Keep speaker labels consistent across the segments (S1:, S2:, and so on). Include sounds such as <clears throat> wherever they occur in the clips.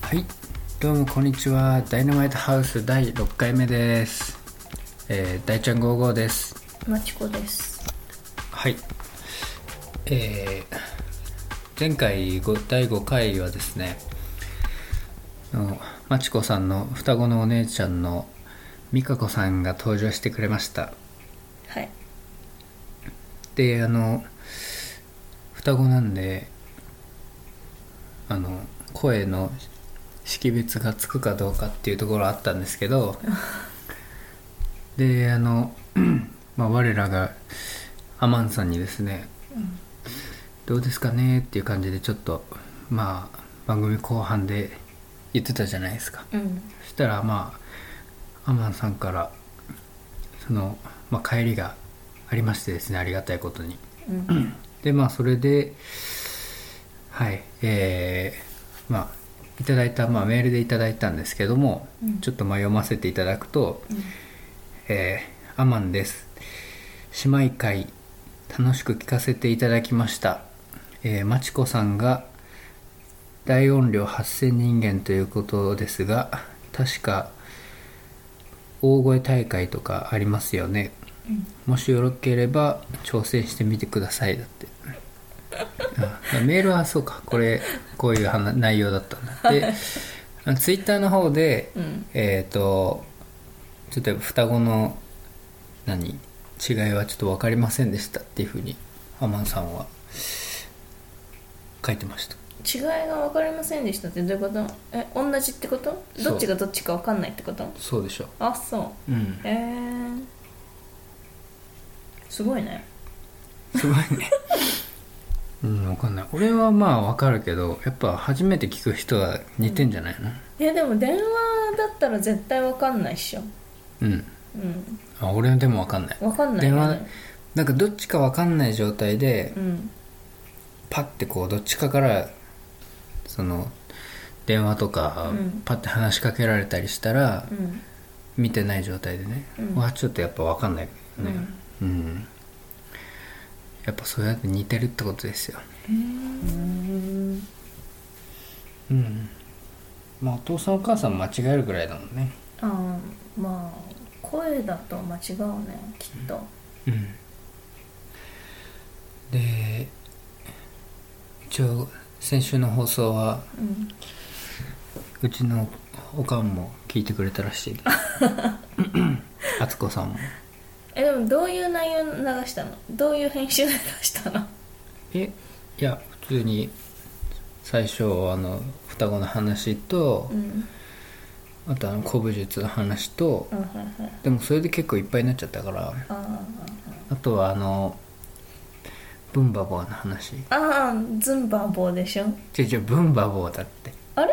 S1: はいどうもこんにちはダイナマイトハウス第6回目です、えー、大ちゃん55です
S2: まちこです。
S1: はいえー、前回ご第5回はですねあのまちこさんの双子のお姉ちゃんの美香子さんが登場してくれました
S2: はい。
S1: であの双子なんであの声の識別がつくかどうかっていうところはあったんですけどであの、 <clears throat> まあ、我らがアマンさんにですね、どうですかねっていう感じでちょっとまあ番組後半で言ってたじゃないですか
S2: うん。
S1: そしたらまあアマンさんからその、まあ、帰りがありましてですねありがたいことに
S2: うん。
S1: でまあそれではいえーまあいただいた、まあ、メールでいただいたんですけども、
S2: うん
S1: ちょっとまあ読ませていただくと
S2: うん
S1: 「えーアマンです姉妹会楽しく聞かせていただきました」えー「まちこさんが大音量8000人間ということですが確か大声大会とかありますよね」もしよろければ挑戦してみてくださいだってあメールはそうかこれこういう話内容だったんだであのツイッターの方で、
S2: うん
S1: えっ、とちょっと双子の何違いはちょっと分かりませんでしたっていうふうにアマンさんは書いてました
S2: 違いが分かりませんでしたってどういうことえ、同じってこと
S1: そう
S2: どっちがどっちか分かんないってこと
S1: そうでしょ
S2: あ、そう
S1: うん
S2: う。えー。すごいね。
S1: すごいねうん分かんない俺はまあ分かるけどやっぱ初めて聞く人は似てんじゃないの
S2: いや、でも電話だったら絶対分かんないっしょ。
S1: うん
S2: うん。
S1: あ俺でも分かんない
S2: 分かんない
S1: 電
S2: よ
S1: 話
S2: ね。
S1: なんかどっちか分かんない状態で、
S2: うん。
S1: パッてこうどっちかからその電話とか
S2: うん
S1: パッて話しかけられたりしたら、
S2: うん。
S1: 見てない状態でね、
S2: うん
S1: わちょっとやっぱ分かんないねうん、やっぱそうやって似てるってことですよ
S2: うん。
S1: うんまあお父さんお母さん間違えるぐらいだもんね
S2: あーまあ、声だと間違うね、きっと。
S1: うんで一応先週の放送は
S2: うん。
S1: うちのおかんも聞いてくれたら <laughs> しいです敦子さんも
S2: え、でもどういう内容流したのどういう編集流したの
S1: えいや普通に最初あの双子の話と
S2: う、ん。
S1: あとあの古武術の話と、
S2: うんはいはい
S1: でもそれで結構いっぱいになっちゃったから
S2: あ
S1: あとはあのブンバボーの話
S2: ーあーズンバーボーでしょ
S1: 違う違うブンバボーだって
S2: <laughs> あれ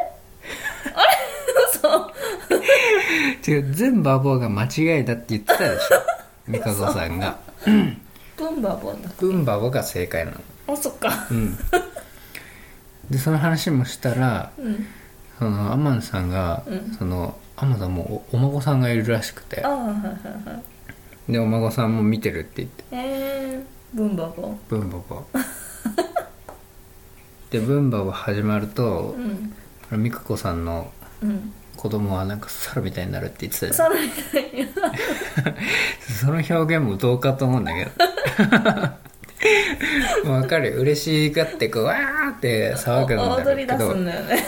S2: あ
S1: 違うズンバボーが間違いだって言ってたでしょ美香子さんが
S2: れ嘘ブンバーボーだ
S1: ブンバボーが正解なの
S2: あそっか
S1: うんでその話もしたら
S2: うん
S1: そのアマンさんが、
S2: うん
S1: そのアマンさんもおお孫さんがいるらしくて
S2: ああはいはいはい
S1: でお孫さんも見てるって言って
S2: えー、ブンバーボ
S1: ブンバ
S2: <laughs>
S1: ボでブンバボ始まると
S2: ーうん
S1: ミクコさんの
S2: うん
S1: 子供はなんか猿みたいになるって言ってたじゃん
S2: さらに
S1: その表現もどうかと思うんだ
S2: <laughs>
S1: けどわかるよ嬉しがってこうわーって騒ぐんだろ
S2: 踊
S1: うけ
S2: り出
S1: ど
S2: すんだよね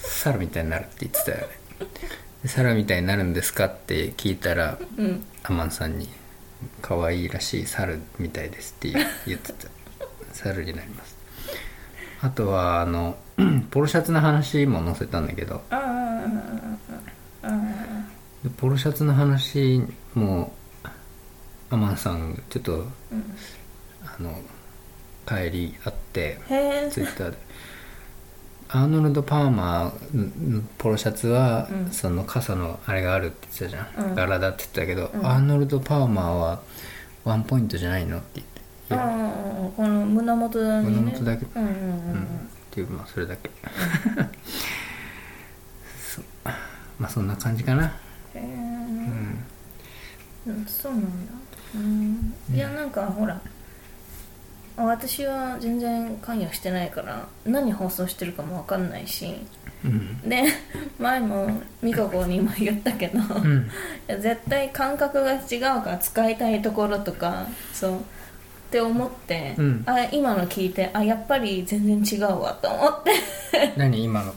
S1: 猿みたいになるって言ってたよねで猿みたいになるんですかって聞いたら
S2: うん
S1: アマンさんに「可愛いらしい猿みたいです」って言ってた <laughs> 猿になりますあとはあの <clears throat> ポロシャツの話も載せたんだけど
S2: あーあーあーあー
S1: でポロシャツの話もアマンさんちょっと
S2: うん
S1: あの帰りあって
S2: へ
S1: ツ
S2: え
S1: イッターで「アーノルド・パーマーのポロシャツは、
S2: うん
S1: その傘のあれがある」って言ってたじゃん、
S2: うん
S1: 柄だって言ってたけど、
S2: うん
S1: アーノルド・パーマーはワンポイントじゃないの?」って言って「い
S2: あ
S1: や
S2: あこの胸元だね
S1: 胸元だけ
S2: うんうんうん
S1: う」
S2: う
S1: っ
S2: んん
S1: ていうまあそれだ <laughs> けそまあそんな感じかな
S2: へ
S1: う
S2: え
S1: ん
S2: うん、そうなんだうんいやなんかほらあ私は全然関与してないから何放送してるかもわかんないし
S1: うん
S2: で前も美香子にも言ったけど、
S1: う
S2: い
S1: ん
S2: や絶対感覚が違うから使いたいところとかそうって思って、
S1: うん
S2: あ今の聞いてあやっぱり全然違うわと思って <laughs>
S1: 何今の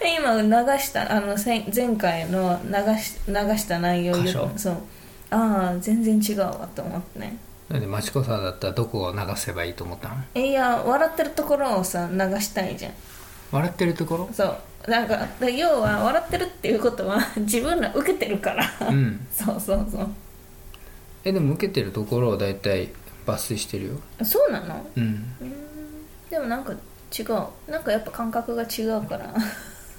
S2: で今流したあのせん前回の流し流した内容言う
S1: 箇所
S2: そうああ全然違うわと思ってね
S1: なんでマチコさんだったらどこを流せばいいと思ったの
S2: えいや笑ってるところをさ流したいじゃん
S1: 笑ってるところ
S2: そうなんかで要は笑ってるっていうことは <laughs> 自分ら受けてるから、
S1: うん
S2: そうそうそう
S1: えでも受けてるところを大体抜粋してるよ
S2: そうなの
S1: うん
S2: うーんでもなんか違うなんかやっぱ感覚が違うから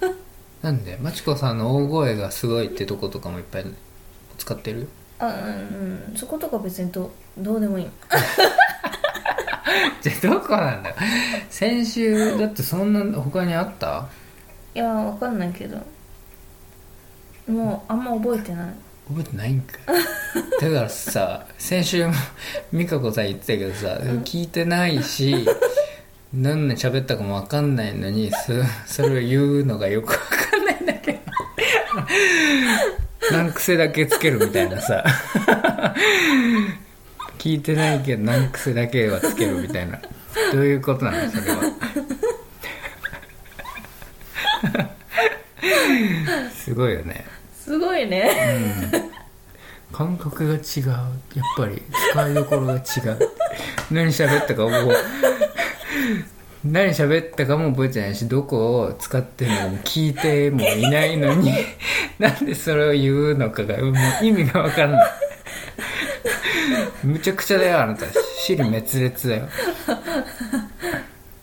S2: <laughs>
S1: なんでマチコさんの大声がすごいってとことかもいっぱい使ってるよ
S2: あうんうんそことか別にどどうでもいい
S1: <laughs> じゃあどこなんだよ先週だってそんな他にあった
S2: いやわかんないけどもうあんま覚えてない
S1: 覚えてないんかいだからさ先週も美香子さん言ってたけどさ、聞いてないし何年喋ったかも分かんないのにそそれを言うのがよく分かんないんだけど何癖だけつけるみたいなさ聞いてないけど何癖だけはつけるみたいなどういうことなのそれはすごいよね
S2: すごいね
S1: 感覚が違うやっぱり使いどころが違う <laughs> 何喋ったかもう <laughs> 何喋ったかも覚えてないしどこを使ってるのかも聞いてもいないのに <laughs> なんでそれを言うのかがもう意味が分かんない <laughs> むちゃくちゃだよあなた尻滅裂だよ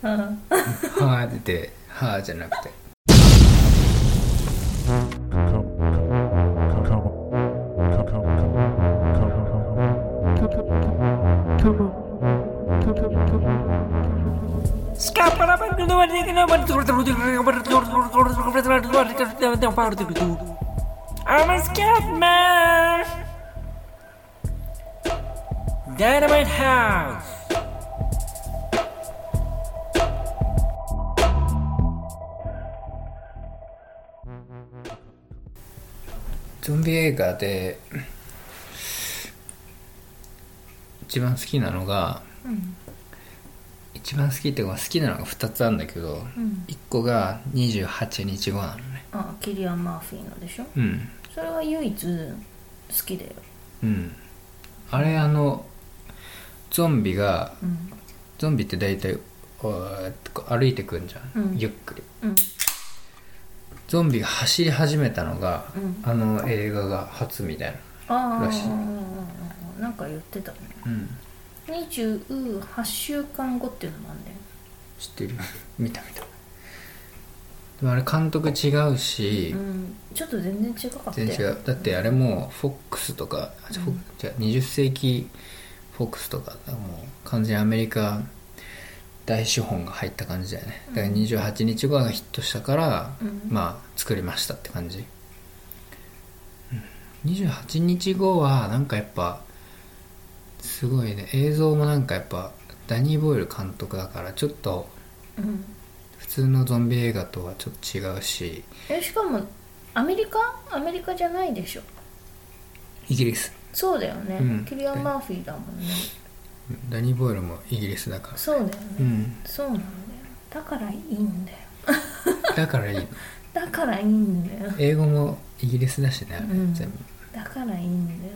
S1: はあではあじゃなくて
S3: Skapar apa yang kedua dia kena berturut turut turut turut turut turut turut turut turut turut turut turut yang baru turut turut. I'm a Scatman. Dynamite House.
S1: ゾンビ映画で一番好きなのが、一番好きっていうか好きなのが2つあるんだけど、1個が28日後なのね
S2: あキリアン・マーフィーのでしょ
S1: うん
S2: それは唯一好きだよ
S1: うんあれあのゾンビが、
S2: ん
S1: ゾンビって大体おーってこう歩いてくんじゃん、
S2: うん
S1: ゆっくり
S2: うん
S1: ゾンビが走り始めたのが、
S2: うん
S1: あの映画が初みたいな
S2: あ
S1: らしい
S2: あなんか言ってたね
S1: うん
S2: 28週間後っていうのもあんだよ
S1: 知ってる見た見たでもあれ監督違うし、
S2: うんちょっと全然違かったよ
S1: 全然違うだってあれもうフォックスとか、あフォじゃあ20世紀フォックスとかもう完全にアメリカ大資本が入った感じだよねだから28日後がヒットしたから、
S2: うん
S1: まあ作りましたって感じ、うん、28日後はなんかやっぱすごいね映像もなんかやっぱダニー・ボイル監督だからちょっと
S2: うん
S1: 普通のゾンビ映画とはちょっと違うし
S2: えしかもアメリカアメリカじゃないでしょ
S1: イギリス
S2: そうだよね、
S1: うん
S2: キリアン・マーフィーだもんね
S1: うんダニー・ボイルもイギリスだから
S2: そうだよね、
S1: うん
S2: そうなんだよだからいいんだよ
S1: だからいいの
S2: だからいいんだよ
S1: 英語もイギリスだしね、
S2: うん
S1: 全部
S2: だからいいんだよ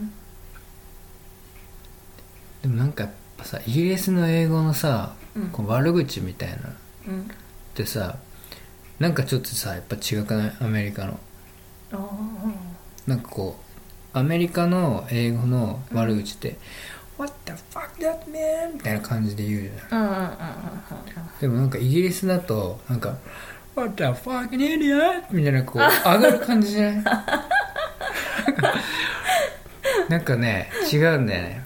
S1: でもなんかやっぱさイギリスの英語のさ、
S2: うん
S1: こう悪口みたいなのっ
S2: うん
S1: てさなんかちょっとさやっぱ違くないアメリカの
S2: ああ
S1: なんかこうアメリカの英語の悪口って「What the fuck that man」みたいな感じで言うじゃない
S2: うんうんうんうんうん
S1: でもなんかイギリスだとなんか「What the fucking idiot」みたいなこう上がる感じじ <laughs> ゃないなんかね違うんだよね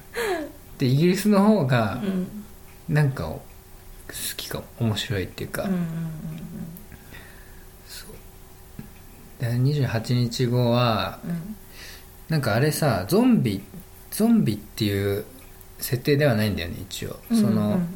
S1: でイギリスの方が
S2: ん
S1: なんか好きかも面白いっていうか、
S2: うんうん
S1: で28日後は
S2: うんうん
S1: なんかあれさゾンビゾンビっていう設定ではないんだよね一応
S2: うん
S1: その、
S2: うん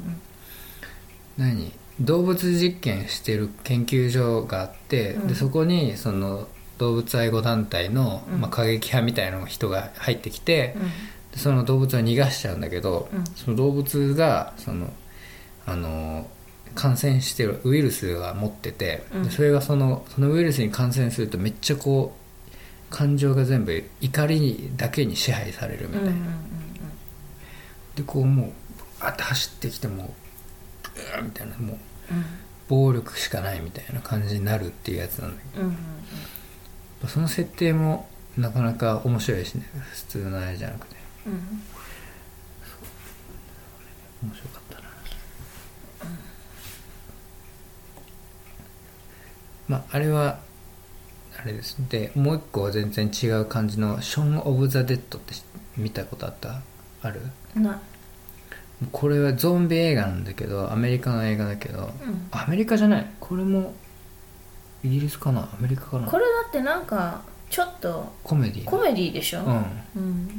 S1: 何動物実験してる研究所があって、
S2: うん
S1: でそこにその動物愛護団体の、
S2: うん
S1: まあ、過激派みたいなの人が入ってきて、
S2: うん
S1: でその動物を逃がしちゃうんだけど、
S2: うん
S1: その動物がそのあの感染してるウイルスが持ってて、
S2: うん
S1: でそれがそのそのウイルスに感染するとめっちゃこう感情が全部怒りだけに支配されるみ
S2: う
S1: たいな、
S2: んうん
S1: でこうもうあって走ってきてもううわーみたいなもう
S2: うん
S1: 暴力しかないみたいな感じになるっていうやつなんだけ
S2: うんうん
S1: どその設定もなかなか面白いしね普通のあれじゃなくて
S2: うん
S1: 面白かったなまああれはあれですでもう一個は全然違う感じの「ショーン・オブ・ザ・デッド」って見たことあったある
S2: うんな
S1: これはゾンビ映画なんだけどアメリカの映画だけど
S2: うん
S1: アメリカじゃないこれもイギリスかなアメリカかな
S2: これだってなんかちょっと
S1: コメディ
S2: コメディでしょ
S1: うん
S2: うん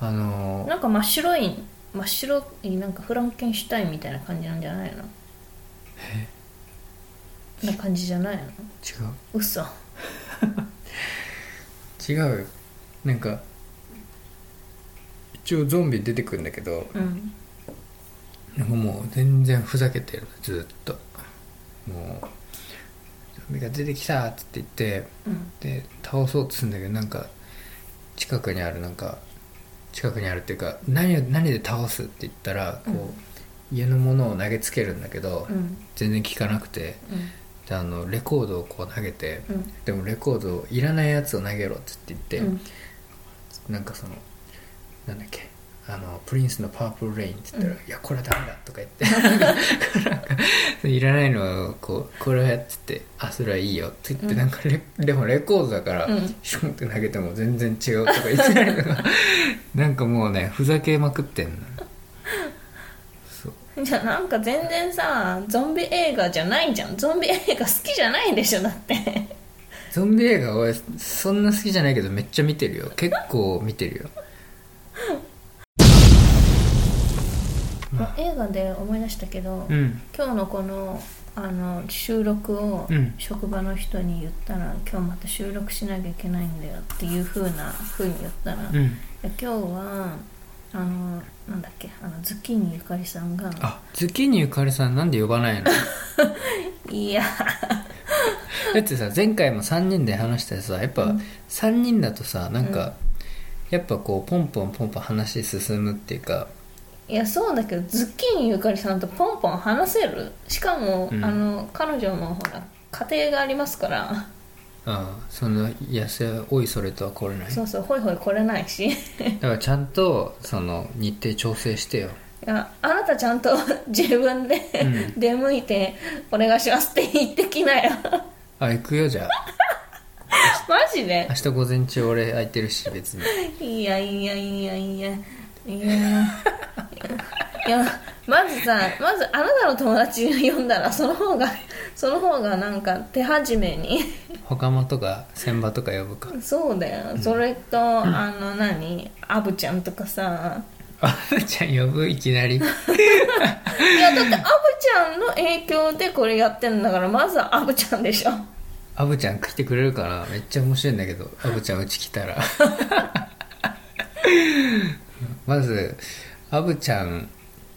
S1: あの
S2: なんか真っ白い真っ白いなんかフランケンシュタインみたいな感じなんじゃないのな感じじゃないの
S1: 違
S2: 嘘
S1: う違うよなんか一応ゾンビ出てくるんだけど
S2: うん
S1: なんかもう全然ふざけてるずっともうゾンビが出てきたっつって言って
S2: うん
S1: で倒そうとするんだけどなんか近くにあるなんか近くにあるっていうか何を何で倒すって言ったらこう、
S2: うん
S1: 家のものを投げつけるんだけど、
S2: うん
S1: 全然効かなくてであのレコードをこう投げて、
S2: うん
S1: でもレコードをいらないやつを投げろっつって言って、
S2: うん
S1: なんかそのなんだっけあのプリンスの「パープル・レイン」って言ったら「いやこれはダメだ」とか言って「 <laughs> いらないのはこうこれは」っつって「あそれはいいよ」って言って、
S2: うん
S1: なんかレでもレコードだから、
S2: うん
S1: シュンって投げても全然違うとか言ってないのがなんかもうねふざけまくってんのそう
S2: うんじゃあなんか全然さゾンビ映画じゃないじゃんゾンビ映画好きじゃないでしょだって
S1: ゾンビ映画俺そんな好きじゃないけどめっちゃ見てるよ結構見てるよ
S2: 映画で思い出したけど、
S1: うん
S2: 今日のこのあの収録を
S1: うん
S2: 職場の人に言ったら、今日また収録しなきゃいけないんだよっていう風な風に言ったら、
S1: う
S2: いや
S1: ん
S2: 今日はあのなんだっけあのズッキーニゆかりさんが
S1: あズッキーニゆかりさんなんで呼ばないのだ
S2: いや
S1: ってさ前回も3人で話したらさやっぱ3人だとさなんか、やっぱこうポンポンポンポン話進むっていうか
S2: いやそうだけどズッキーニゆかりさんとポンポン話せるしかも、
S1: うん
S2: あの彼女もほら家庭がありますから
S1: ああその痩せおいそれとは来れない
S2: そ
S1: だ
S2: うそうホイホイ来れないしい
S1: からちゃんとその日程調整してよ
S2: やあなたちゃんと自分で、
S1: う
S2: 出向いてお願いしますって言ってきなよ
S1: あ行くよじゃあ
S2: マジで
S1: 明日午前中俺空いてるし別に
S2: いやいやいやいやいやいやまずさまずあなたの友達呼んだらその方がその方がなんか手始めに
S1: 他間とか千場とか呼ぶか
S2: そうだよそれと、あの何アブちゃんとかさ
S1: あぶちゃん呼ぶいきなり
S2: いやだってアブちゃんの影響でこれやってんだからまずはアブちゃんでしょ
S1: アブちゃん来てくれるかなめっちゃ面白いんだけどアブちゃんうち来た <laughs> らまずアブちゃん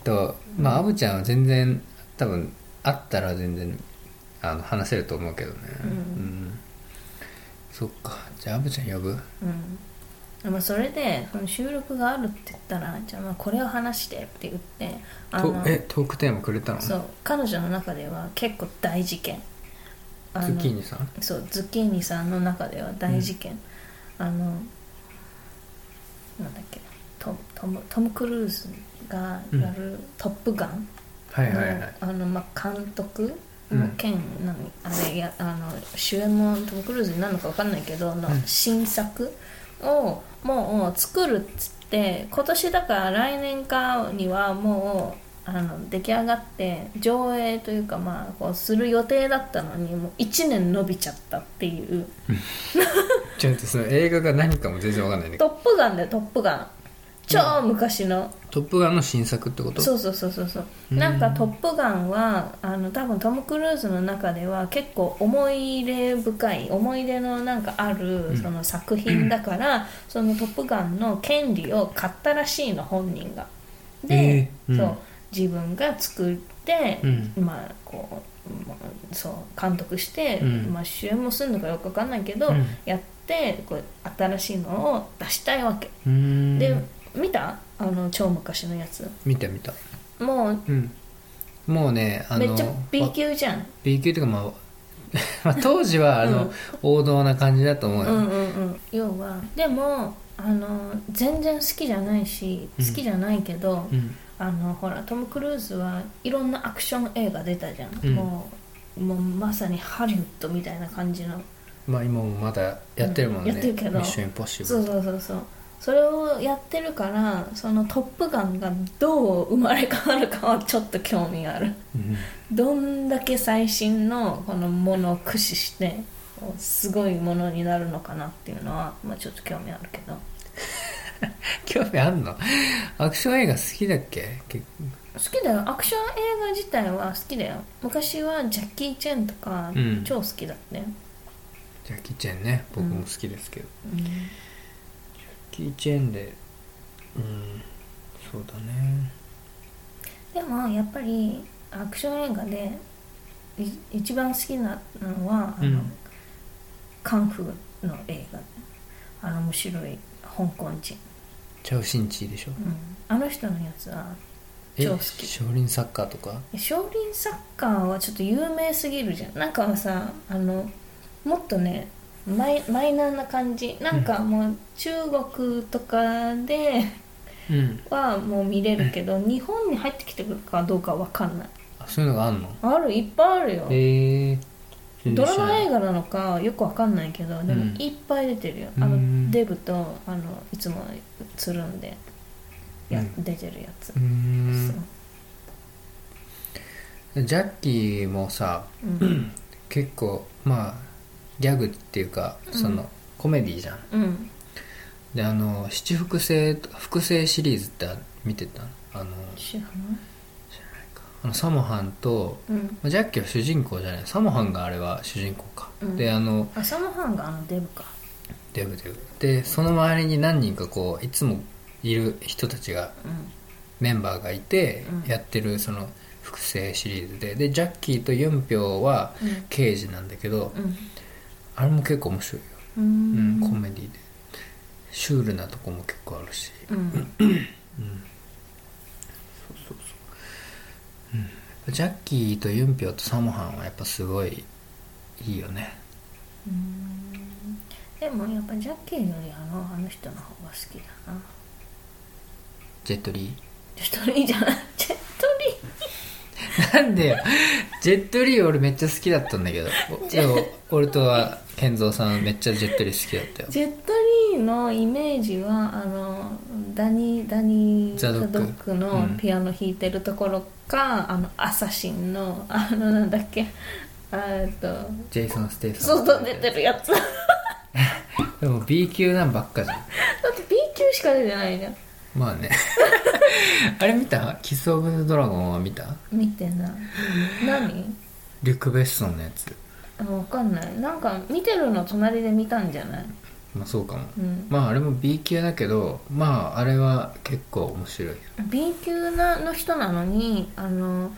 S1: とまあアブちゃんは全然多分会ったら全然あの話せると思うけどねうん、そっかじゃあアブちゃん呼ぶ
S2: うん、まあ、それでその収録があるって言ったらじゃあまあこれを話してって言ってあ
S1: と
S2: の
S1: えトークテーマくれたの
S2: そう彼女の中では結構大事件あの
S1: ズッキーニさん
S2: そうズッキーニさんの中では大事件、あのなんだっけトムトムトム・クルーズがやる「トップガン」
S1: はいはいはい
S2: あのまあ監督
S1: うん
S2: の兼、何あれやあの主演もトム・クルーズになるのか分かんないけどの
S1: うん
S2: 新作をもう作るっつって今年だから来年かにはもうあの出来上がって上映というかまあこうする予定だったのにもう1年延びちゃったっていう「
S1: ちょっとその映画が何かも全然わかんないんだけ
S2: トップガン」だよ「トップガン」
S1: ど
S2: 超昔の
S1: トップガンの新作ってこと
S2: そうそうそうそうそうなんか「トップガンは」あの多分トム・クルーズの中では結構思い入れ深い思い出のなんかあるその作品だから、その「トップガン」の権利を買ったらしいの本人がで、
S1: えーうん
S2: そう自分が作って、
S1: うん
S2: まあこう、まあそう監督して、
S1: うん
S2: まあ、主演もするのかよくわかんないけど、
S1: うん
S2: やってこう新しいのを出したいわけ、
S1: うーん
S2: で見たあの超昔のやつ
S1: 見た見た
S2: もう
S1: うんもうねあの
S2: めっちゃ B 級じゃん
S1: B 級っていうかまあ <laughs> まあ当時はあの、
S2: うん
S1: 王道な感じだと思う
S2: う
S1: よ、
S2: んうんうん要はでもあの全然好きじゃないし
S1: うん
S2: 好きじゃないけど、
S1: うん
S2: あのほらトム・クルーズはいろんなアクション映画出たじゃん、
S1: うん
S2: もうもうまさにハリウッドみたいな感じの
S1: まあ今もまだやってるもんね、
S2: うんやってるけど
S1: ミッションインポッシブル
S2: そうそうそうそうそれをやってるからその「トップガン」がどう生まれ変わるかはちょっと興味がある
S1: うん <laughs>
S2: どんだけ最新のこのものを駆使してこうすごいものになるのかなっていうのは、まあ、ちょっと興味あるけど
S1: 興味あんのアクション映画好きだっけ結
S2: 好きだよアクション映画自体は好きだよ昔はジャッキー・チェンとか
S1: うん
S2: 超好きだったよ、
S1: ジャッキー・チェンね僕も好きですけど、
S2: うん
S1: ジャッキー・チェンでうんそうだね
S2: でもやっぱりアクション映画でい一番好きなのはあの、
S1: うん
S2: カンフーの映画あの面白い香港人、
S1: チャウ・シンチーでしょ
S2: うん、あの人のやつは超好き
S1: 少林サッカーとか
S2: 少林サッカーはちょっと有名すぎるじゃんなんかさあのもっとねマイマイナーな感じなんかもう中国とかで
S1: うん
S2: はもう見れるけど、日本に入ってきてくるかどうかわかんない
S1: あそういうのがあんの
S2: あるいっぱいあるよ
S1: へえ
S2: ドラマ映
S1: 画
S2: 画なのかよくわかんないけどで
S1: うん
S2: もいっぱい出てるよ、あ
S1: うん
S2: のデブとあのいつもつるんでや、
S1: うん
S2: 出てるやつ
S1: う、
S2: そうん
S1: ジャッキーもさ
S2: うん
S1: 結構まあギャグっていうかその、
S2: う
S1: コメディじゃん
S2: うん
S1: であの七福星とか福星シリーズってあ見てたのあの
S2: 主婦
S1: あのサモハンと
S2: うん
S1: まあジャッキーは主人公じゃないサモハンがあれは主人公か、
S2: うん
S1: であの
S2: 朝のハンがあのデブか
S1: デブデブでその周りに何人かこういつもいる人たちが
S2: うん
S1: メンバーがいて
S2: うん
S1: やってるその複製シリーズででジャッキーとユンピョウは
S2: う
S1: 刑事なんだけど
S2: ん
S1: あれも結構面白いよ、
S2: う
S1: うんん、コメディでシュールなとこも結構あるし
S2: うん
S1: そうそうそう、うん、ジャッキーとユンピョウとサモハンはやっぱすごいいいよね
S2: でもやっぱジャッキーよりあのあの人の方が好きだな
S1: ジェットリー
S2: ジェットリーじゃないジェット
S1: <laughs> なんでよジェットリー俺めっちゃ好きだったんだけどおでも俺とは健三さんめっちゃジェットリー好きだったよ
S2: リージェットリーのイメージはあのダニダニ
S1: ザドッグ
S2: ザグのピアノ弾いてるところか、あのアサシンのあのなんだっけあーえっと
S1: ジェイソン・ステイさん
S2: 外出てるやつだって
S1: でも B 級なんばっかじゃん
S2: B 級しか出てないじゃん
S1: ま
S2: <laughs>
S1: あねあれ見たキス・オブ・ザ・ドラゴンは見た
S2: 見てない何
S1: リュック・ベッソンのやつ
S2: あわかんないなんか見てるの隣で見たんじゃない
S1: まあそうかも、
S2: うん
S1: まああれも B 級だけどまああれは結構面白いよ
S2: B 級なの人なのにあの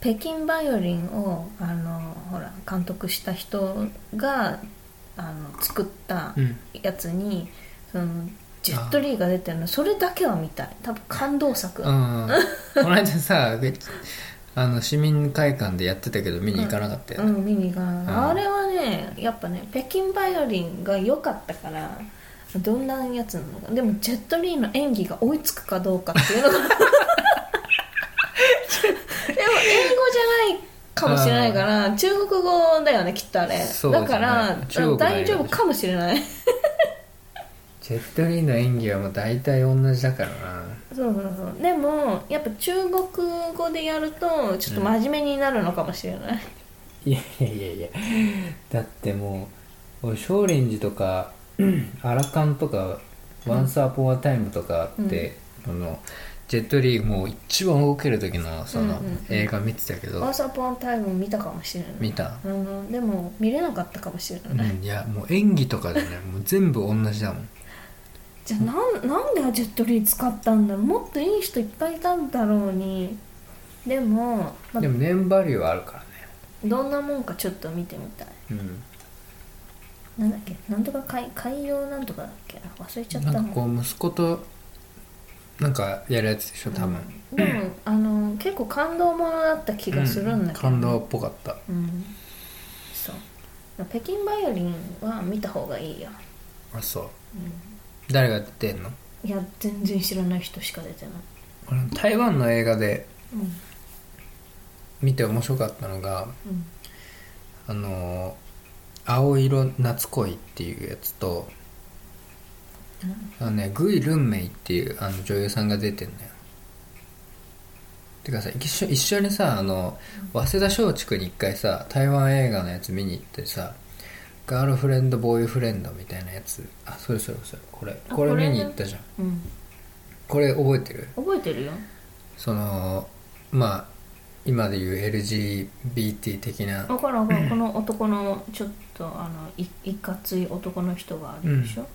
S2: 北京バイオリンをあのほら監督した人があの作った
S1: うん
S2: やつに、そのジェットリーが出てるのそれだけは見たい多分感動
S1: <laughs>
S2: 作、
S1: うん、この間さ別あの市民会館でやってたけど見に行かなかったよ
S2: う
S1: ね、
S2: ん、耳が、
S1: ん
S2: あれはねやっぱね北京バイオリンが良かったからどんなやつなのかでもジェットリーの演技が追いつくかどうかっていうの
S1: <laughs>
S2: がでも英語じゃないかもしれないから中国語だよねきっとあれ、
S1: そうです
S2: だ
S1: ね
S2: から
S1: 中国の映
S2: 大
S1: 画
S2: 丈夫かもしれない
S1: ジェットリーの演技はもう大体同じだからな
S2: そうそうそうでもやっぱ中国語でやるとちょっと真面目になるのかもしれない、
S1: いやいやいやいやだってもう俺少 <clears throat> 林寺とかアラカンとか「ワンスアポアタイムとかって、あのジェットリーもう一番動ける時のその
S2: うんうんうん
S1: 映画見てたけど、
S2: ワンサポンタイム見たかもしれない
S1: 見た、
S2: うん、でも見れなかったかもしれ
S1: う
S2: ない、
S1: ん、いやもう演技とかでねもう全部同じだもん
S2: じゃあなんなんでジェットリー使ったんだろうもっといい人いっぱいいたんだろうにでも、まあ
S1: でも年バリューはあるからね
S2: どんなもんかちょっと見てみたい
S1: うん
S2: なんだっけなんとか海海洋なんとかだっけ忘れちゃった
S1: な
S2: なん
S1: かこう息子となんかやるやつでしょ多分、
S2: でもあの結構感動ものだった気がするんだけど、
S1: 感動っぽかった
S2: うんそう北京バイオリンは見た方がいいよ
S1: あそう、誰が出てんの
S2: いや全然知らない人しか出てない
S1: 俺台湾の映画で
S2: うん
S1: 見て面白かったのが
S2: うん
S1: あの「青色夏恋」っていうやつとあのねグイ・ルンメイっていうあの女優さんが出てんのよてかさ一緒一緒にさあの早稲田松竹に一回さ台湾映画のやつ見に行ってさガールフレンドボーイフレンドみたいなやつあそれそれそれこれ
S2: あ
S1: これ
S2: これ
S1: 見
S2: ね
S1: に行ったじゃん
S2: うん
S1: これ覚えてる
S2: 覚えてるよ
S1: そのまあ今でいう LGBT 的な
S2: 分かる分かるこの男のちょっとあのいいかつい男の人があるでしょ、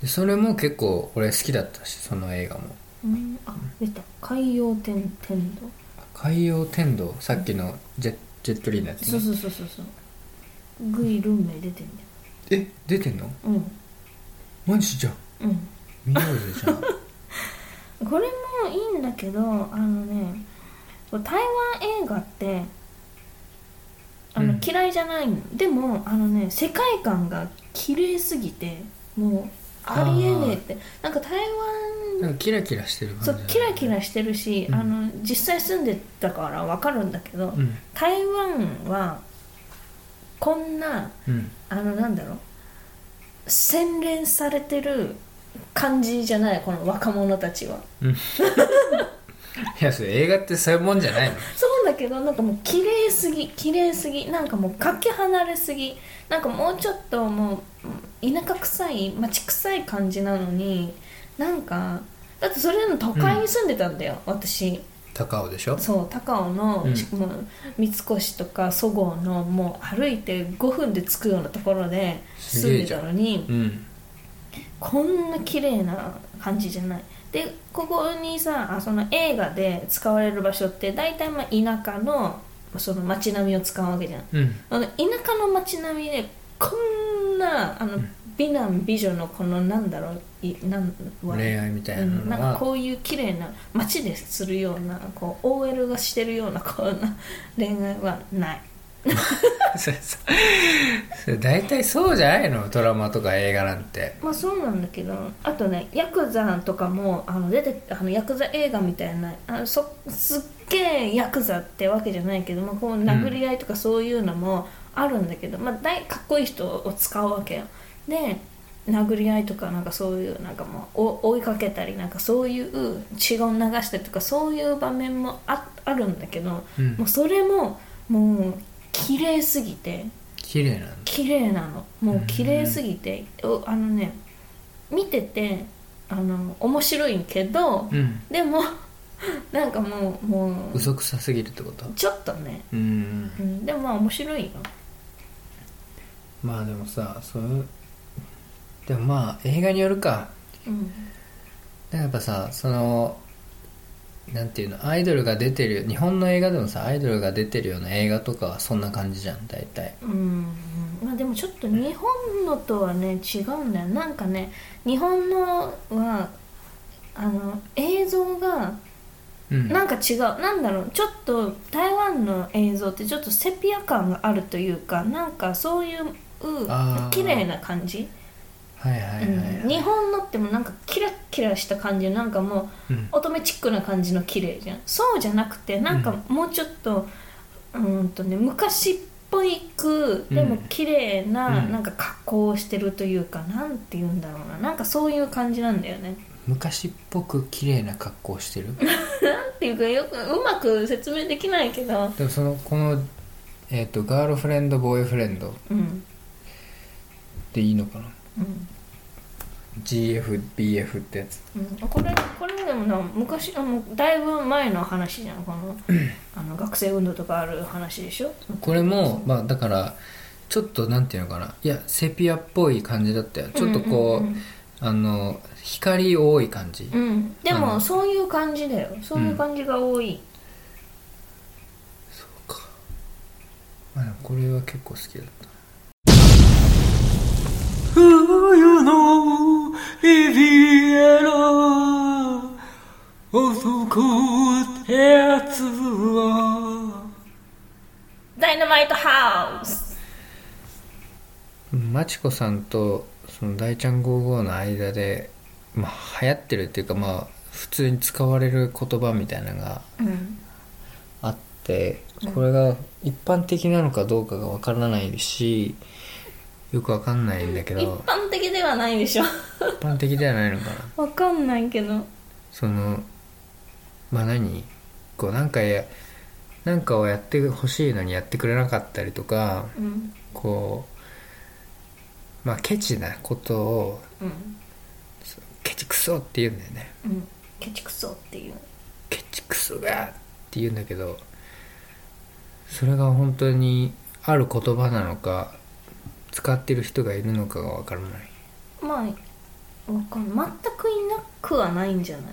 S1: でそれも結構俺好きだったしその映画も
S2: うんあ出た海洋天天堂
S1: 海洋天堂さっきのジェジェットリーのやつ、ね、
S2: そうそうそうそうそうグイルンメイ出てんだよ
S1: え出てんの
S2: うん
S1: マジじゃん
S2: うん
S1: 見ようぜじゃ
S2: <laughs>
S1: ん
S2: これもいいんだけどあのね台湾映画ってあ
S1: う
S2: の、
S1: ん
S2: 嫌いじゃないのでもあのね世界観が綺麗すぎてもうありえねえってなんか台湾
S1: なんかキラキラしてる感じ
S2: そうキラキ
S1: ラ
S2: ラしてるし、
S1: うん
S2: あの実際住んでたから分かるんだけど、
S1: うん
S2: 台湾はこんな
S1: うん
S2: あのなんだろう洗練されてる感じじゃないこの若者たちは。
S1: いやそれ映画ってそういうもんじゃないの
S2: そうだけどなんかもう綺麗すぎ綺麗すぎなんかもうかけ離れすぎなんかもうちょっともううん田舎臭い町臭い感じなのになんかだってそれの都会に住んでたんだよ、私
S1: 高尾でしょ
S2: そう高尾の、
S1: うん
S2: しもう三越とかそごうのもう歩いて5分で着くようなところです
S1: げ
S2: 住ん
S1: え
S2: で
S1: じゃ
S2: た
S1: ん
S2: のに
S1: うん
S2: こんな綺麗な感じじゃないでここにさあその映画で使われる場所って大体まあ田舎のその街並みを使うわけじゃん
S1: うん
S2: あの田舎の街並みでこんなあの美男美女のこのなんだろういなん
S1: 恋愛みたいな
S2: うん、
S1: の
S2: なんか
S1: は
S2: こういう綺麗な街でするようなこう OL がしてるようなこんな恋愛はない
S1: <laughs> それさそれ大体そうじゃないのドラマとか映画なんて
S2: まあそうなんだけどあとねヤクザとかもあの出てあのヤクザ映画みたいなあそすっげえヤクザってわけじゃないけど、まあ、こう殴り合いとかそういうのもあるんだけど、まあ、大かっこいい人を使うわけよで殴り合いとかなんかそういうなんかもうお追いかけたりなんかそういう血を流したりとかそういう場面もああるんだけど、
S1: うん
S2: もうそれももう綺麗すぎて
S1: 綺麗なんだ
S2: 綺麗なのもう綺麗すぎて、おあのね見ててあの面白いけど、
S1: うん
S2: でもなんかもうもう
S1: 嘘くさすぎるってこと
S2: ちょっとね、
S1: うん
S2: うん、でもまあ面白いよ
S1: まあでもさそういうでもまあ映画によるか
S2: うん
S1: でやっぱさそのなんていうのアイドルが出てる日本の映画でもさアイドルが出てるような映画とかはそんな感じじゃん大体
S2: うんまあ、でもちょっと日本のとはね違うんだよなんかね日本のはあの映像が
S1: うん
S2: なんか違うなんだろうちょっと台湾の映像ってちょっとセピア感があるというかなんかそういうう
S1: あー
S2: 綺麗な感じ、
S1: はいはいはい、
S2: うん日本のってもなんかキラッキラした感じなんかも
S1: う
S2: うん乙女チックな感じの綺麗じゃんそうじゃなくてなんかもうちょっとうーんとね昔っぽいくでも綺麗
S1: う
S2: な、
S1: ん
S2: なんか加工してるというかなんて言うんだろうななんかそういう感じなんだよね
S1: 昔っぽく綺麗な格好 <laughs> してる
S2: なんていうかよくうまく説明できないけど
S1: でもそのこのえっ、とガールフレンドボーイフレンド
S2: うん
S1: でいいのかな
S2: うん
S1: GFBF ってやつ
S2: うん、これこれでもな昔あのだいぶ前の話じゃんこ <clears throat> のあの学生運動とかある話でしょ
S1: これもまあだからちょっとなんていうのかないやセピアっぽい感じだったよちょっとこう,、
S2: うんうんうん
S1: あの光多い感じ、
S2: うん、で
S1: あ
S2: も
S1: の
S2: そういう感じだよそういう感じが多い、
S1: まあ、でもこれは結構好きだった
S3: 冬のリビエラ男ってやつは
S2: ダイナマイトハウス
S1: マチコさんとその大ちゃん55の間で、まあ、流行ってるっていうかまあ普通に使われる言葉みたいなのが
S2: うん
S1: あってこれが一般的なのかどうかがわからないしよくわかんないんだけ
S2: 一
S1: ど
S2: 般的ではないでしょ
S1: 一般的ではないのかな
S2: <laughs> わかんないけど
S1: そのまあ何こうなんかやなんかをやってほしいのにやってくれなかったりとか
S2: うん
S1: こうまあケチなことを
S2: うん
S1: ケチクソって言うんだよね
S2: うんケチクソっていう
S1: ケチクソがって言うんだけどそれが本当にある言葉なのか使ってる人がいるのかが分からない
S2: まあわかん全くいなくはないんじゃない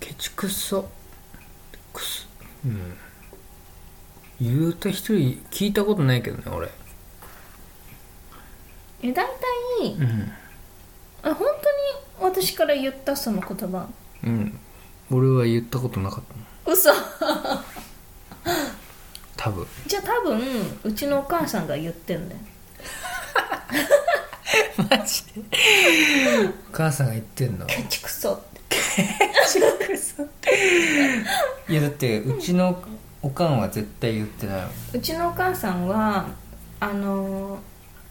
S1: ケチクソクスうん言うた一人聞いたことないけどね俺
S2: え大体
S1: うん
S2: あ本当に私から言ったその言葉
S1: うん俺は言ったことなかったもん
S2: 嘘
S1: 多分
S2: じゃあ多分うちのお母さんが言ってんだよ
S1: マジでお母さんが言ってんの
S2: ケチクソって
S1: いやだってうちのおかんは絶対言ってないもん
S2: うちのお母さんはあのー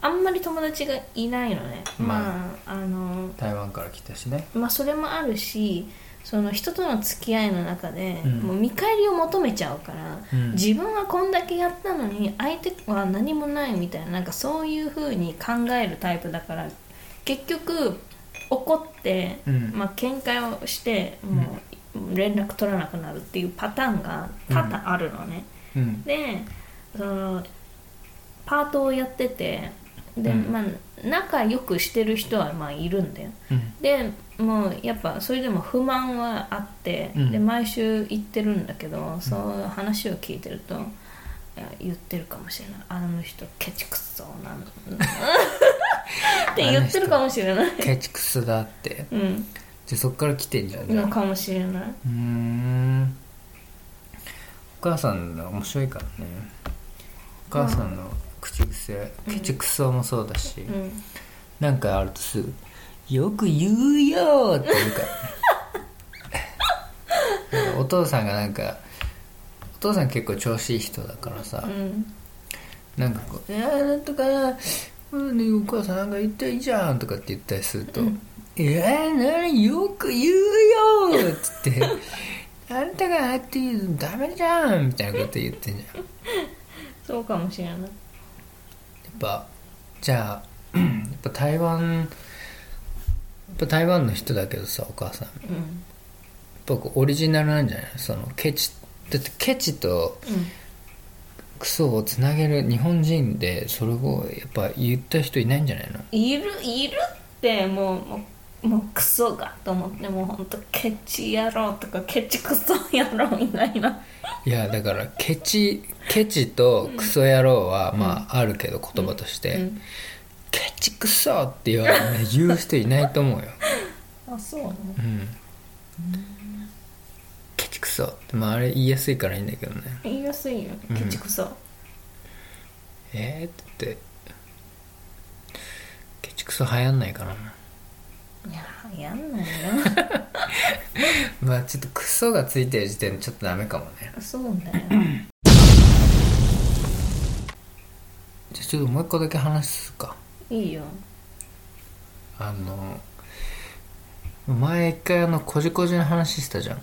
S2: あんまり友達がいないのねまあ、あのー
S1: 台湾から来たしね
S2: まあそれもあるしその人との付き合いの中で、
S1: うん
S2: もう見返りを求めちゃうから、
S1: うん
S2: 自分はこんだけやったのに相手は何もないみたいななんかそういうふうに考えるタイプだから結局怒って、
S1: うん
S2: まあ喧嘩をしてもう連絡取らなくなるっていうパターンが多々あるのね。
S1: うん
S2: でそのパートをやっててで、
S1: うん
S2: まあ、仲良くしてる人はまあいるんだよ。
S1: うん
S2: でもうやっぱそれでも不満はあって、
S1: うん
S2: で毎週行ってるんだけどそういう話を聞いてると、いや言ってるかもしれないあの人ケチくそ <laughs> なんって言ってるかもしれない
S1: ケチクソだって
S2: うん
S1: でそっから来てんじゃんじゃあ
S2: のかもしれない
S1: ー
S2: う
S1: んお母さんの面白いからねお母さんの口癖、ケチクソもそうだし、
S2: うん
S1: なんかあるとすぐ「よく言うよ!」って言うからねお父さんが <laughs> なんかお父さん結構調子いい人だからさ、
S2: うん
S1: なんかこう「いやーなんとかな、うんね、お母さんなんか言ったらいいじゃん」とかって言ったりすると「えー、なによく言うよ」っつって <laughs> 「あんたがあって言うのダメじゃん」みたいなこと言ってんじゃんやっ
S2: そうかもしれない
S1: ぱじゃあ <clears throat> やっぱ台湾やっぱ台湾の人だけどさお母さんやっ
S2: うん
S1: ぱこうオリジナルなんじゃないそのケチだってケチとクソをつなげる日本人でそれをやっぱ言った人いないんじゃないの
S2: うんいるいるってもうもうもうクソがと思ってもうほんとケチ野郎とかケチクソ野郎みたいない
S1: やだからケチケチとクソ野郎は、まああるけど言葉として、
S2: うん
S1: ケチクソって言わ言う人いないと思うよ、
S2: あそうね
S1: うん、ケチクソってまああれ言いやすいからいいんだけどね
S2: 言いやすいよ
S1: うん
S2: ケチくそ、
S1: えー、って言ってケチクソ流行んないかない
S2: ややん <laughs> ないよ
S1: まあちょっとクソがついてる時点でちょっとダメかもね
S2: そうだよ
S1: じゃあちょっともう一個だけ話すか
S2: いいよ
S1: あの前一回あのこじこじの話したじゃん
S2: う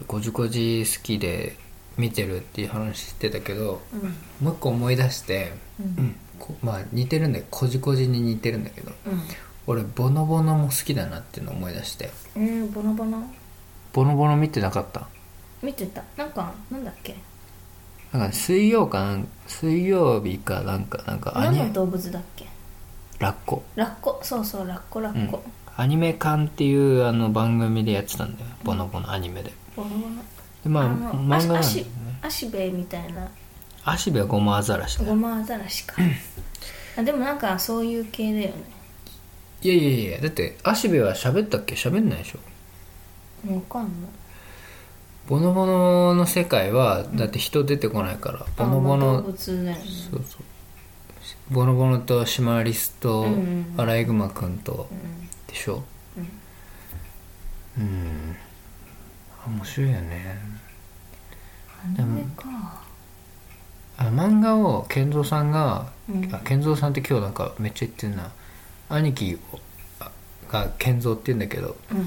S2: ん
S1: こじこじ好きで見てるっていう話してたけど
S2: うん
S1: もう一個思い出して、
S2: うん
S1: うんこまあ似てるんだこじこじに似てるんだけど俺ボノボノも好きだなっていうのを思い出して
S2: うん、えー、ボノボノ
S1: ボノボノ見てなかった
S2: 見てたなんかなんだっけ
S1: なんか水曜かなん水曜日かなんかなんかアニ
S2: 何
S1: メ
S2: の動物だっけ
S1: ラッコ
S2: ラッコそうそうラッコラ
S1: う
S2: ッ
S1: ん
S2: コ、
S1: アニメ館っていうあの番組でやってたんだよボノボノアニメで
S2: ボノボノ
S1: でまあ
S2: あの
S1: 漫画なんだよ
S2: 足
S1: ね
S2: 足べみたいな
S1: 足部はゴマアザラシだ
S2: ゴ
S1: よ
S2: マアザラシかあでもなんかそういう系だよね
S1: いやいやいやだって足部は喋ったっけ喋んないでしょ
S2: わかんない
S1: ボノボノの世界はだって人出てこないから、ボノボ
S2: あまあ
S1: ノ
S2: 動物だよね
S1: そうそうボノボノとシマリスと、
S2: うんうんうん
S1: アライグマくんと、
S2: うん
S1: でしょうん面白いよね
S2: アニメか
S1: あ漫画を健三さんが、
S2: うん
S1: あ健三さんって今日なんかめっちゃ言ってるな兄貴をあが健三って言うんだけど
S2: うん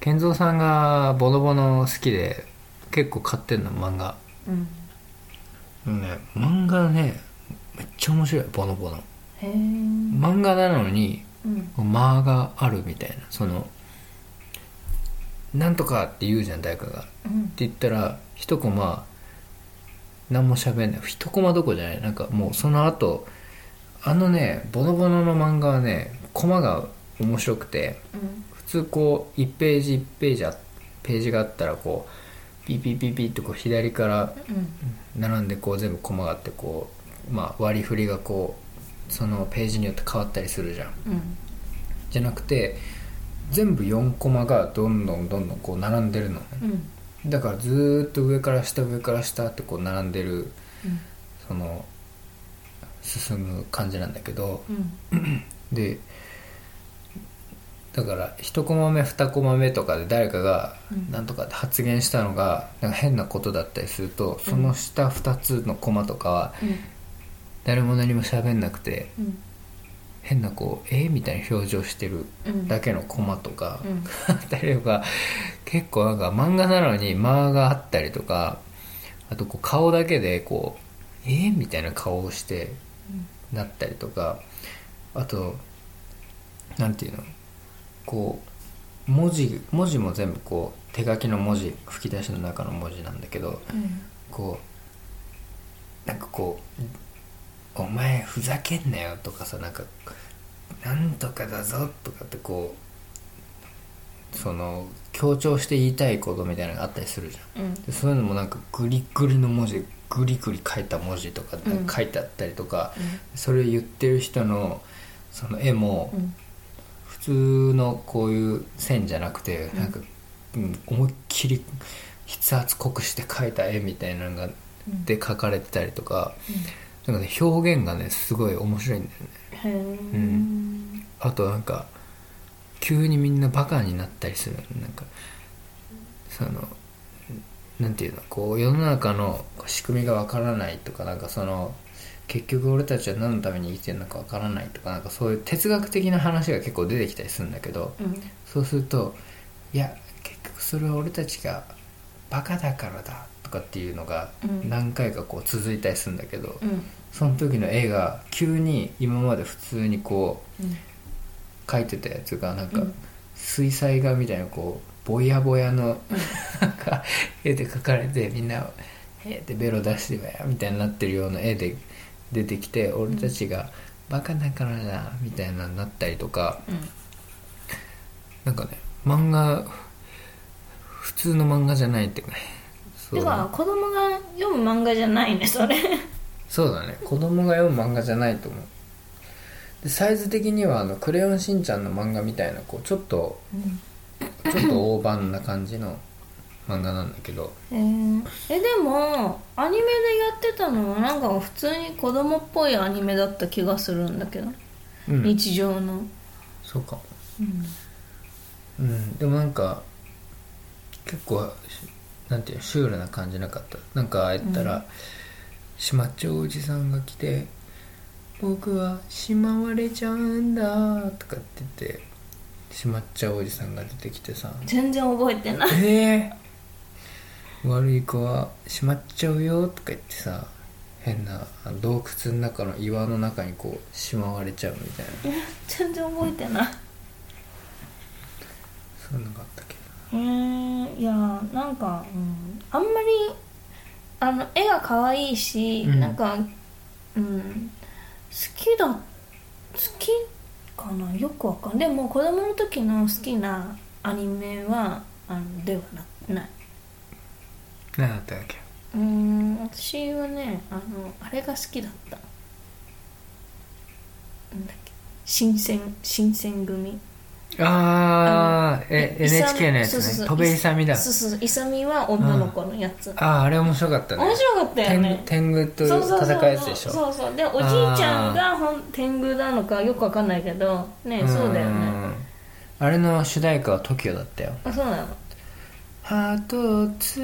S1: 健三さんがボノボノ好きで結構買ってんの漫画
S2: うん
S1: ね漫画ねめっちゃ面白いボノボノ
S2: へえうん
S1: 漫画なのに間があるみたいなその「なんとか」って言うじゃん誰かが
S2: うん
S1: って言ったら一コマ何も喋んない一コマどころじゃないなんかもうその後あのねボノボノの漫画はねコマが面白くて
S2: うん
S1: 普通こう1ページ1ページあページがあったらこうピピピピってこう左から
S2: うん
S1: 並んでこう全部コマがあってこう、まあ、割り振りがこうそのページによって変わったりするじゃん
S2: うん
S1: じゃなくて全部4コマがどんどんどんどんこう並んでるのね
S2: うん
S1: だからずーっと上から下上から下ってこう並んでるその進む感じなんだけど
S2: うん
S1: でだから1コマ目2コマ目とかで誰かが
S2: うん
S1: なんとかって発言したのがなんか変なことだったりするとその下2つのコマとかは
S2: うん
S1: 誰も何も喋んなくて
S2: うん
S1: 変なこうえみたいな表情してる
S2: うん
S1: だけのコマとか
S2: うん
S1: あったりとか結構なんか漫画なのに間があったりとかあとこう顔だけでこう「えーみたいな顔をしてなったりとかあとなんていうのこう文字文字も全部こう手書きの文字吹き出しの中の文字なんだけど
S2: うん
S1: こうなんかこう「お前ふざけんなよ」とかさなんか「なんとかだぞ」とかってこうその強調して言いたいことみたいなのがあったりするじゃん
S2: うん
S1: でそういうのもなんかグリグリの文字グリグリ書いた文字とかなんか書いてあったりとか、それを言ってる人のその絵も
S2: うん
S1: 普通のこういう線じゃなくて、
S2: うん
S1: なんか、うん、思いっきり筆圧濃くして描いた絵みたいなのが
S2: うん
S1: で描かれてたりとか,、なんかね、表現がねすごい面白いんだよね
S2: へえ
S1: あとなんか急にみんなバカになったりするなんかそのなんていうのこう世の中の仕組みがわからないとかなんかその結局俺たちは何のために生きてるのかわからないとかなんかそういう哲学的な話が結構出てきたりするんだけど、
S2: うん
S1: そうするといや結局それは俺たちがバカだからだとかっていうのが
S2: うん
S1: 何回かこう続いたりするんだけど、
S2: うん
S1: その時の絵が急に今まで普通にこ
S2: うん
S1: う描いてたやつがなんか
S2: うん
S1: 水彩画みたいなこうぼやぼやのなんか絵で描かれてみんな「えーってベロ出してばや」みたいになってるような絵で出てきて俺たちがバカだからだみたいなのになったりとか。
S2: うん
S1: なんかね漫画普通の漫画じゃないっていうかねそう
S2: てか子供が読む漫画じゃないねそれ
S1: そうだね子供が読む漫画じゃないと思うでサイズ的にはあの「クレヨンしんちゃん」の漫画みたいなこうちょっとちょっと大判な感じの漫画なんだけど
S2: えーえでもアニメでやってたのはなんか普通に子供っぽいアニメだった気がするんだけど、
S1: うん
S2: 日常の
S1: そうかも
S2: うん
S1: うんでもなんか結構しなんていうのシュールな感じなかったなんかやったら、島っちょおじさんが来て「僕はしまわれちゃうんだ」とかって言ってしまっちゃうおじさんが出てきてさ
S2: 全然覚えてない
S1: 「えー、悪い子はしまっちゃうよ」とか言ってさ「変な洞窟の中の岩の中にこうしまわれちゃうみたいな
S2: 全然覚えてない
S1: そういうのがあったっけ
S2: えー、いやなんか、うん、あんまりあの絵が可愛いし、
S1: うん
S2: なんか、うん、好きだ好きかなよくわかんないでも子供の時の好きなアニメはあのではなない
S1: な何だったっけ
S2: うーん私はねあのあれが好きだったなんだっけ新選新選組
S1: ああえ
S2: いイサ
S1: NHK のや
S2: そうそう
S1: つ
S2: そ
S1: ね
S2: う
S1: 戸部勇美だ
S2: そうそうそうイサミは女の子のやつ、
S1: あああれ面白かったね
S2: 面白かったよね
S1: 天天狗と戦うやつでしょ
S2: そうそうそうそうでおじいちゃんがほん天狗なのかよくわかんないけどねそうだよね
S1: んあれの主題歌は TOKIO だったよ
S2: あそうなの
S1: ハートをつ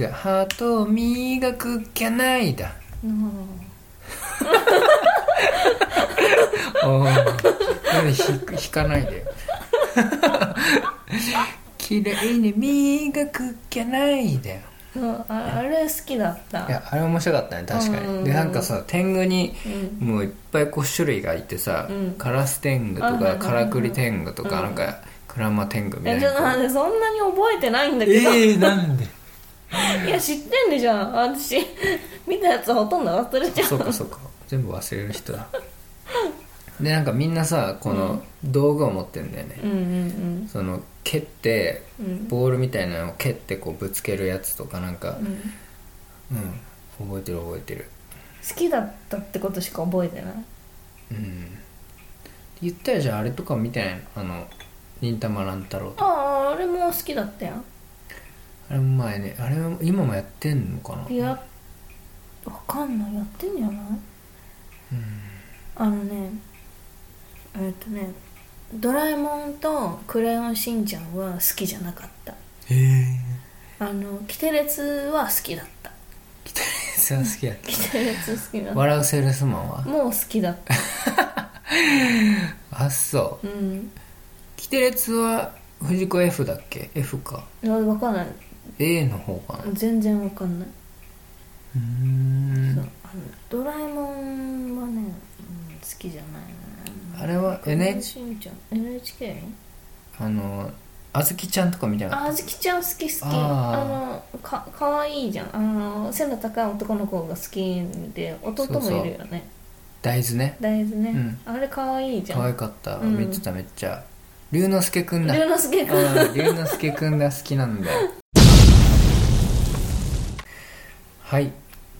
S1: 違うハートを磨くきゃないだ
S2: うん
S1: おーなんでひ引かない <laughs> でよ綺麗に磨くきゃないだよ
S2: そうああれ好きだった
S1: いやあれ面白かったね確か
S2: う
S1: に
S2: ん
S1: でなんかさ天狗に
S2: うん
S1: もういっぱいこう種類がいてさ、
S2: うん
S1: カラス天狗と
S2: うんうんうんう
S1: か
S2: ん
S1: カラクリ天狗とか、なんかクラマ天狗みた
S2: え
S1: い
S2: ちょっと
S1: な
S2: 待ってそんなに覚えてないんだけど、
S1: ええー、なんで
S2: いや知ってんでしょ私見たやつほとんど忘れちゃう
S1: そうかそうか全部忘れる人だでなんかみんなさこの道具を持ってんだよね、
S2: うんうん
S1: その蹴って
S2: うんうん
S1: ボールみたいなのを蹴ってこうぶつけるやつとかなんか
S2: うん
S1: うん覚えてる覚えてる
S2: 好きだったってことしか覚えてない
S1: うん言ったよじゃああれとか見てないのあの忍たま乱太郎とか
S2: あああれも好きだったよ
S1: あれも前ねあれも今もやってんのかない
S2: やわかんないやってんじゃない
S1: うん
S2: あのねえっとね「ドラえもん」と「クレヨンしんちゃん」は好きじゃなかった
S1: へえ
S2: あの「キテレツ」は好きだった
S1: 北さん好きやった
S2: キテレツ好きだった
S1: 笑うセールスマンは
S2: <laughs> もう好きだった
S1: あっそう
S2: うん
S1: キテレツは藤子 F だっけ F か
S2: 分かんない
S1: A の方かな
S2: 全然分かんない、
S1: うーん
S2: そうあのドラえもんはね、うん、好きじゃないな
S1: あれは
S2: クレヨン
S1: NH
S2: しんちゃん NHK?
S1: あのあずきちゃんとか見たか
S2: あ
S1: っ
S2: あずきちゃん好き好
S1: あ
S2: きあのかかわいいじゃんあの背の高い男の子が好きで弟もいるよね
S1: た大豆ね
S2: 大豆ね、
S1: うん
S2: あれ可愛いじゃ
S1: 可
S2: ん
S1: 愛かった
S2: うん
S1: めっちゃためっちゃ龍之介くんだ
S2: 龍之介君
S1: うん龍之介くんが好きなんだよはい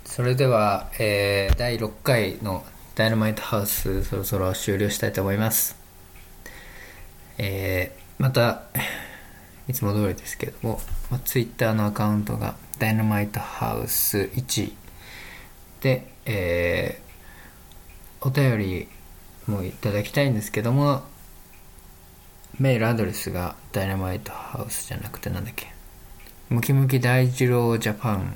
S1: それでは、えー第6回の「ダイナマイトハウス」そろそろ終了したいと思いますえーまたいつも通りですけども、まあ、Twitter のアカウントが「ダイナマイトハウス1」で、えーお便りもいただきたいんですけどもメールアドレスがダイナマイトハウスじゃなくてなんだっけムキムキ大二郎ジャパン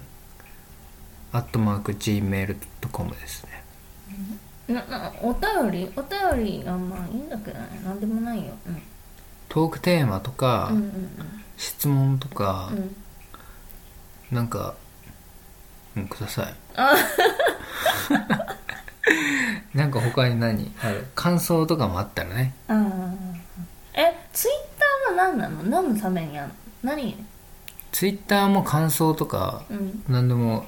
S1: アットマーク Gmail.com ですね
S2: ななお便りお便りあまあいいんだけどねなんでもないよ、うん、
S1: トークテーマとか、
S2: うんうん
S1: 質問とか
S2: うんう、ん
S1: なんか、うん、ください <laughs> なんか他に何ある感想とかもあったらね
S2: あーえツイッターは何なの何のためにやるの何
S1: Twitter も感想とか
S2: うん
S1: 何でも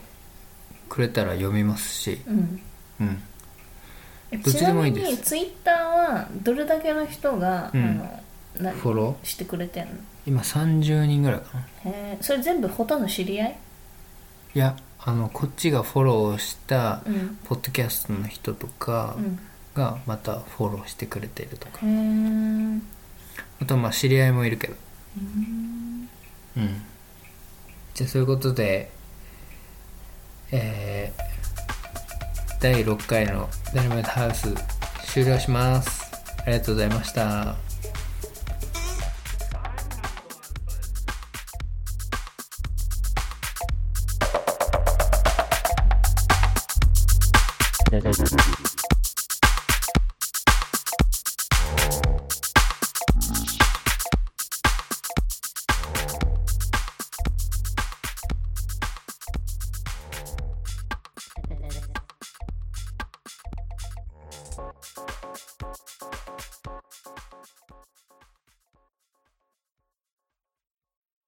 S1: くれたら読みますし
S2: うん
S1: うん
S2: え
S1: どっちでもいいです
S2: ちなみにツイッターはどれだけの人が、
S1: うん
S2: あの何
S1: フォロー
S2: してくれてんの
S1: 今30人ぐらいかな
S2: へえそれ全部ほとんど知り合い
S1: いやあのこっちがフォローした
S2: うん
S1: ポッドキャストの人とかがまたフォローしてくれてるとか、
S2: うんへ
S1: あとまあ知り合いもいるけど
S2: えうん
S1: うんじゃあそういうことでえー、第6回の「ダイナマイトハウス」終了しますありがとうございました
S4: だだ
S1: ます